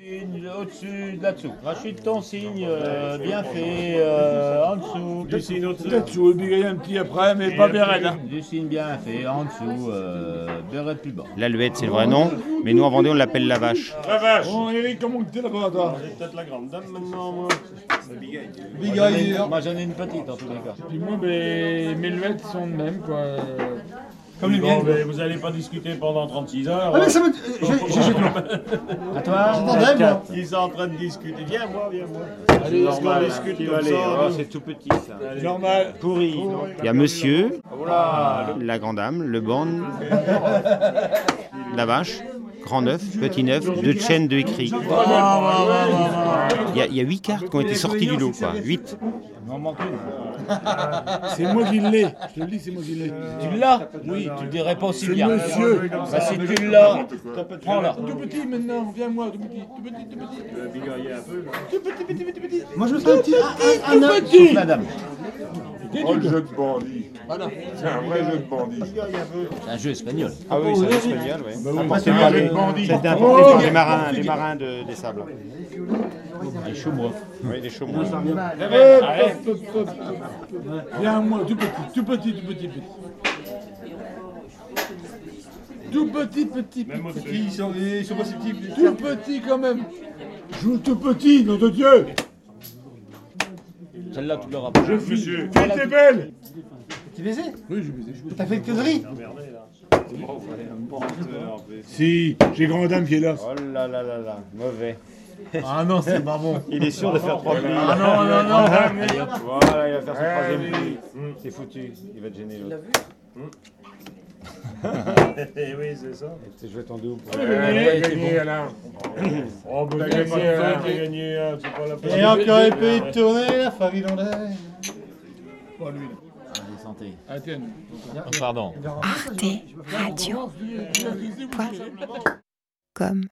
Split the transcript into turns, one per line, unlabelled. Une Au-dessus, de là-dessous. Rachid, ton signe, euh, bien fait, euh, en dessous.
Deux signes au-dessus.
Peut-être tu veux biguer un petit après, mais pas bien raide. hein.
Du signe bien fait, en dessous, euh, beurre de plus bas.
L'alouette, c'est le vrai nom, mais nous en Vendée, on l'appelle la vache.
La vache
Bon, Eric, comment t'es là-bas, toi
C'est peut-être la grande dame maintenant, moi.
Bigaille, hein.
Moi j'en ai une petite en tous les cas.
Puis moi, ben, mes lunettes sont de même, quoi. Euh,
Comme les
Bon,
miennes.
mais vous n'allez pas discuter pendant 36 heures.
Ah mais ça me... euh, j'ai- j'ai- j'ai-
À toi
demandais, moi.
Ils sont en train de discuter. Viens moi, viens moi.
Allez,
Parce qu'on discute comme ça. nous.
c'est tout petit ça.
Normal.
Pourri.
Il y a monsieur, la grande dame, le borne, la vache, grand neuf, petit neuf, deux chaînes, deux écrits.
Ah,
Il y, a, il y a huit cartes qui ont été sorties du lot, quoi. Huit.
M'en manque une.
C'est moi qui l'ai. Je te le dis, c'est moi qui l'ai.
Tu l'as Oui, tu le dirais pas aussi bien.
Monsieur.
Bah, si tu l'as, prends-la.
Tout petit maintenant, viens-moi, tout petit, tout petit, tout petit. Tout petit, petit, petit, petit.
Moi je me fais un petit... un- un- un-
Sauf Madame,
Oh, le jeu de bandit. C'est un vrai jeu de bandit.
c'est un jeu espagnol.
Ah oui, c'est espagnol, Bah oui.
C'est un jeu de bandit.
C'était importé par Oh, les marins, les marins de- des sables.
Des choumois.
Oui, des chaumons.
Hop, hop, hop, hop, hop. Viens-moi, tout petit, tout petit, tout petit, petit. Tout petit, petit, petit.
Ils sont, ils sont pas si petits. plus-
Tout petit quand même. Joue tout petit, nom de Dieu.
Celle-là, tu l'auras pas.
Monsieur,
Elle était belle.
Tu baisais
Oui, je baisais, je baisais.
T'as fait une connerie
Si, j'ai grand dame qui est là.
Oh là là là là, mauvais. Oh
Ah non, c'est pas bon.
Il est sûr de faire trois plis.
Ah non, non, non.
Voilà, il va faire son troisième pli.
Mm.
C'est foutu, il va te gêner l'autre. Mm.
eh oui, c'est ça.
C'est joué ton double.
Oh, ben, il n'y a pas de temps qui est gagné, hein, c'est pas la peine.
Et encore une petite tournée, la favilandais.
Allez, santé.
Athènes.
Pardon.
Arte Radio. Comme.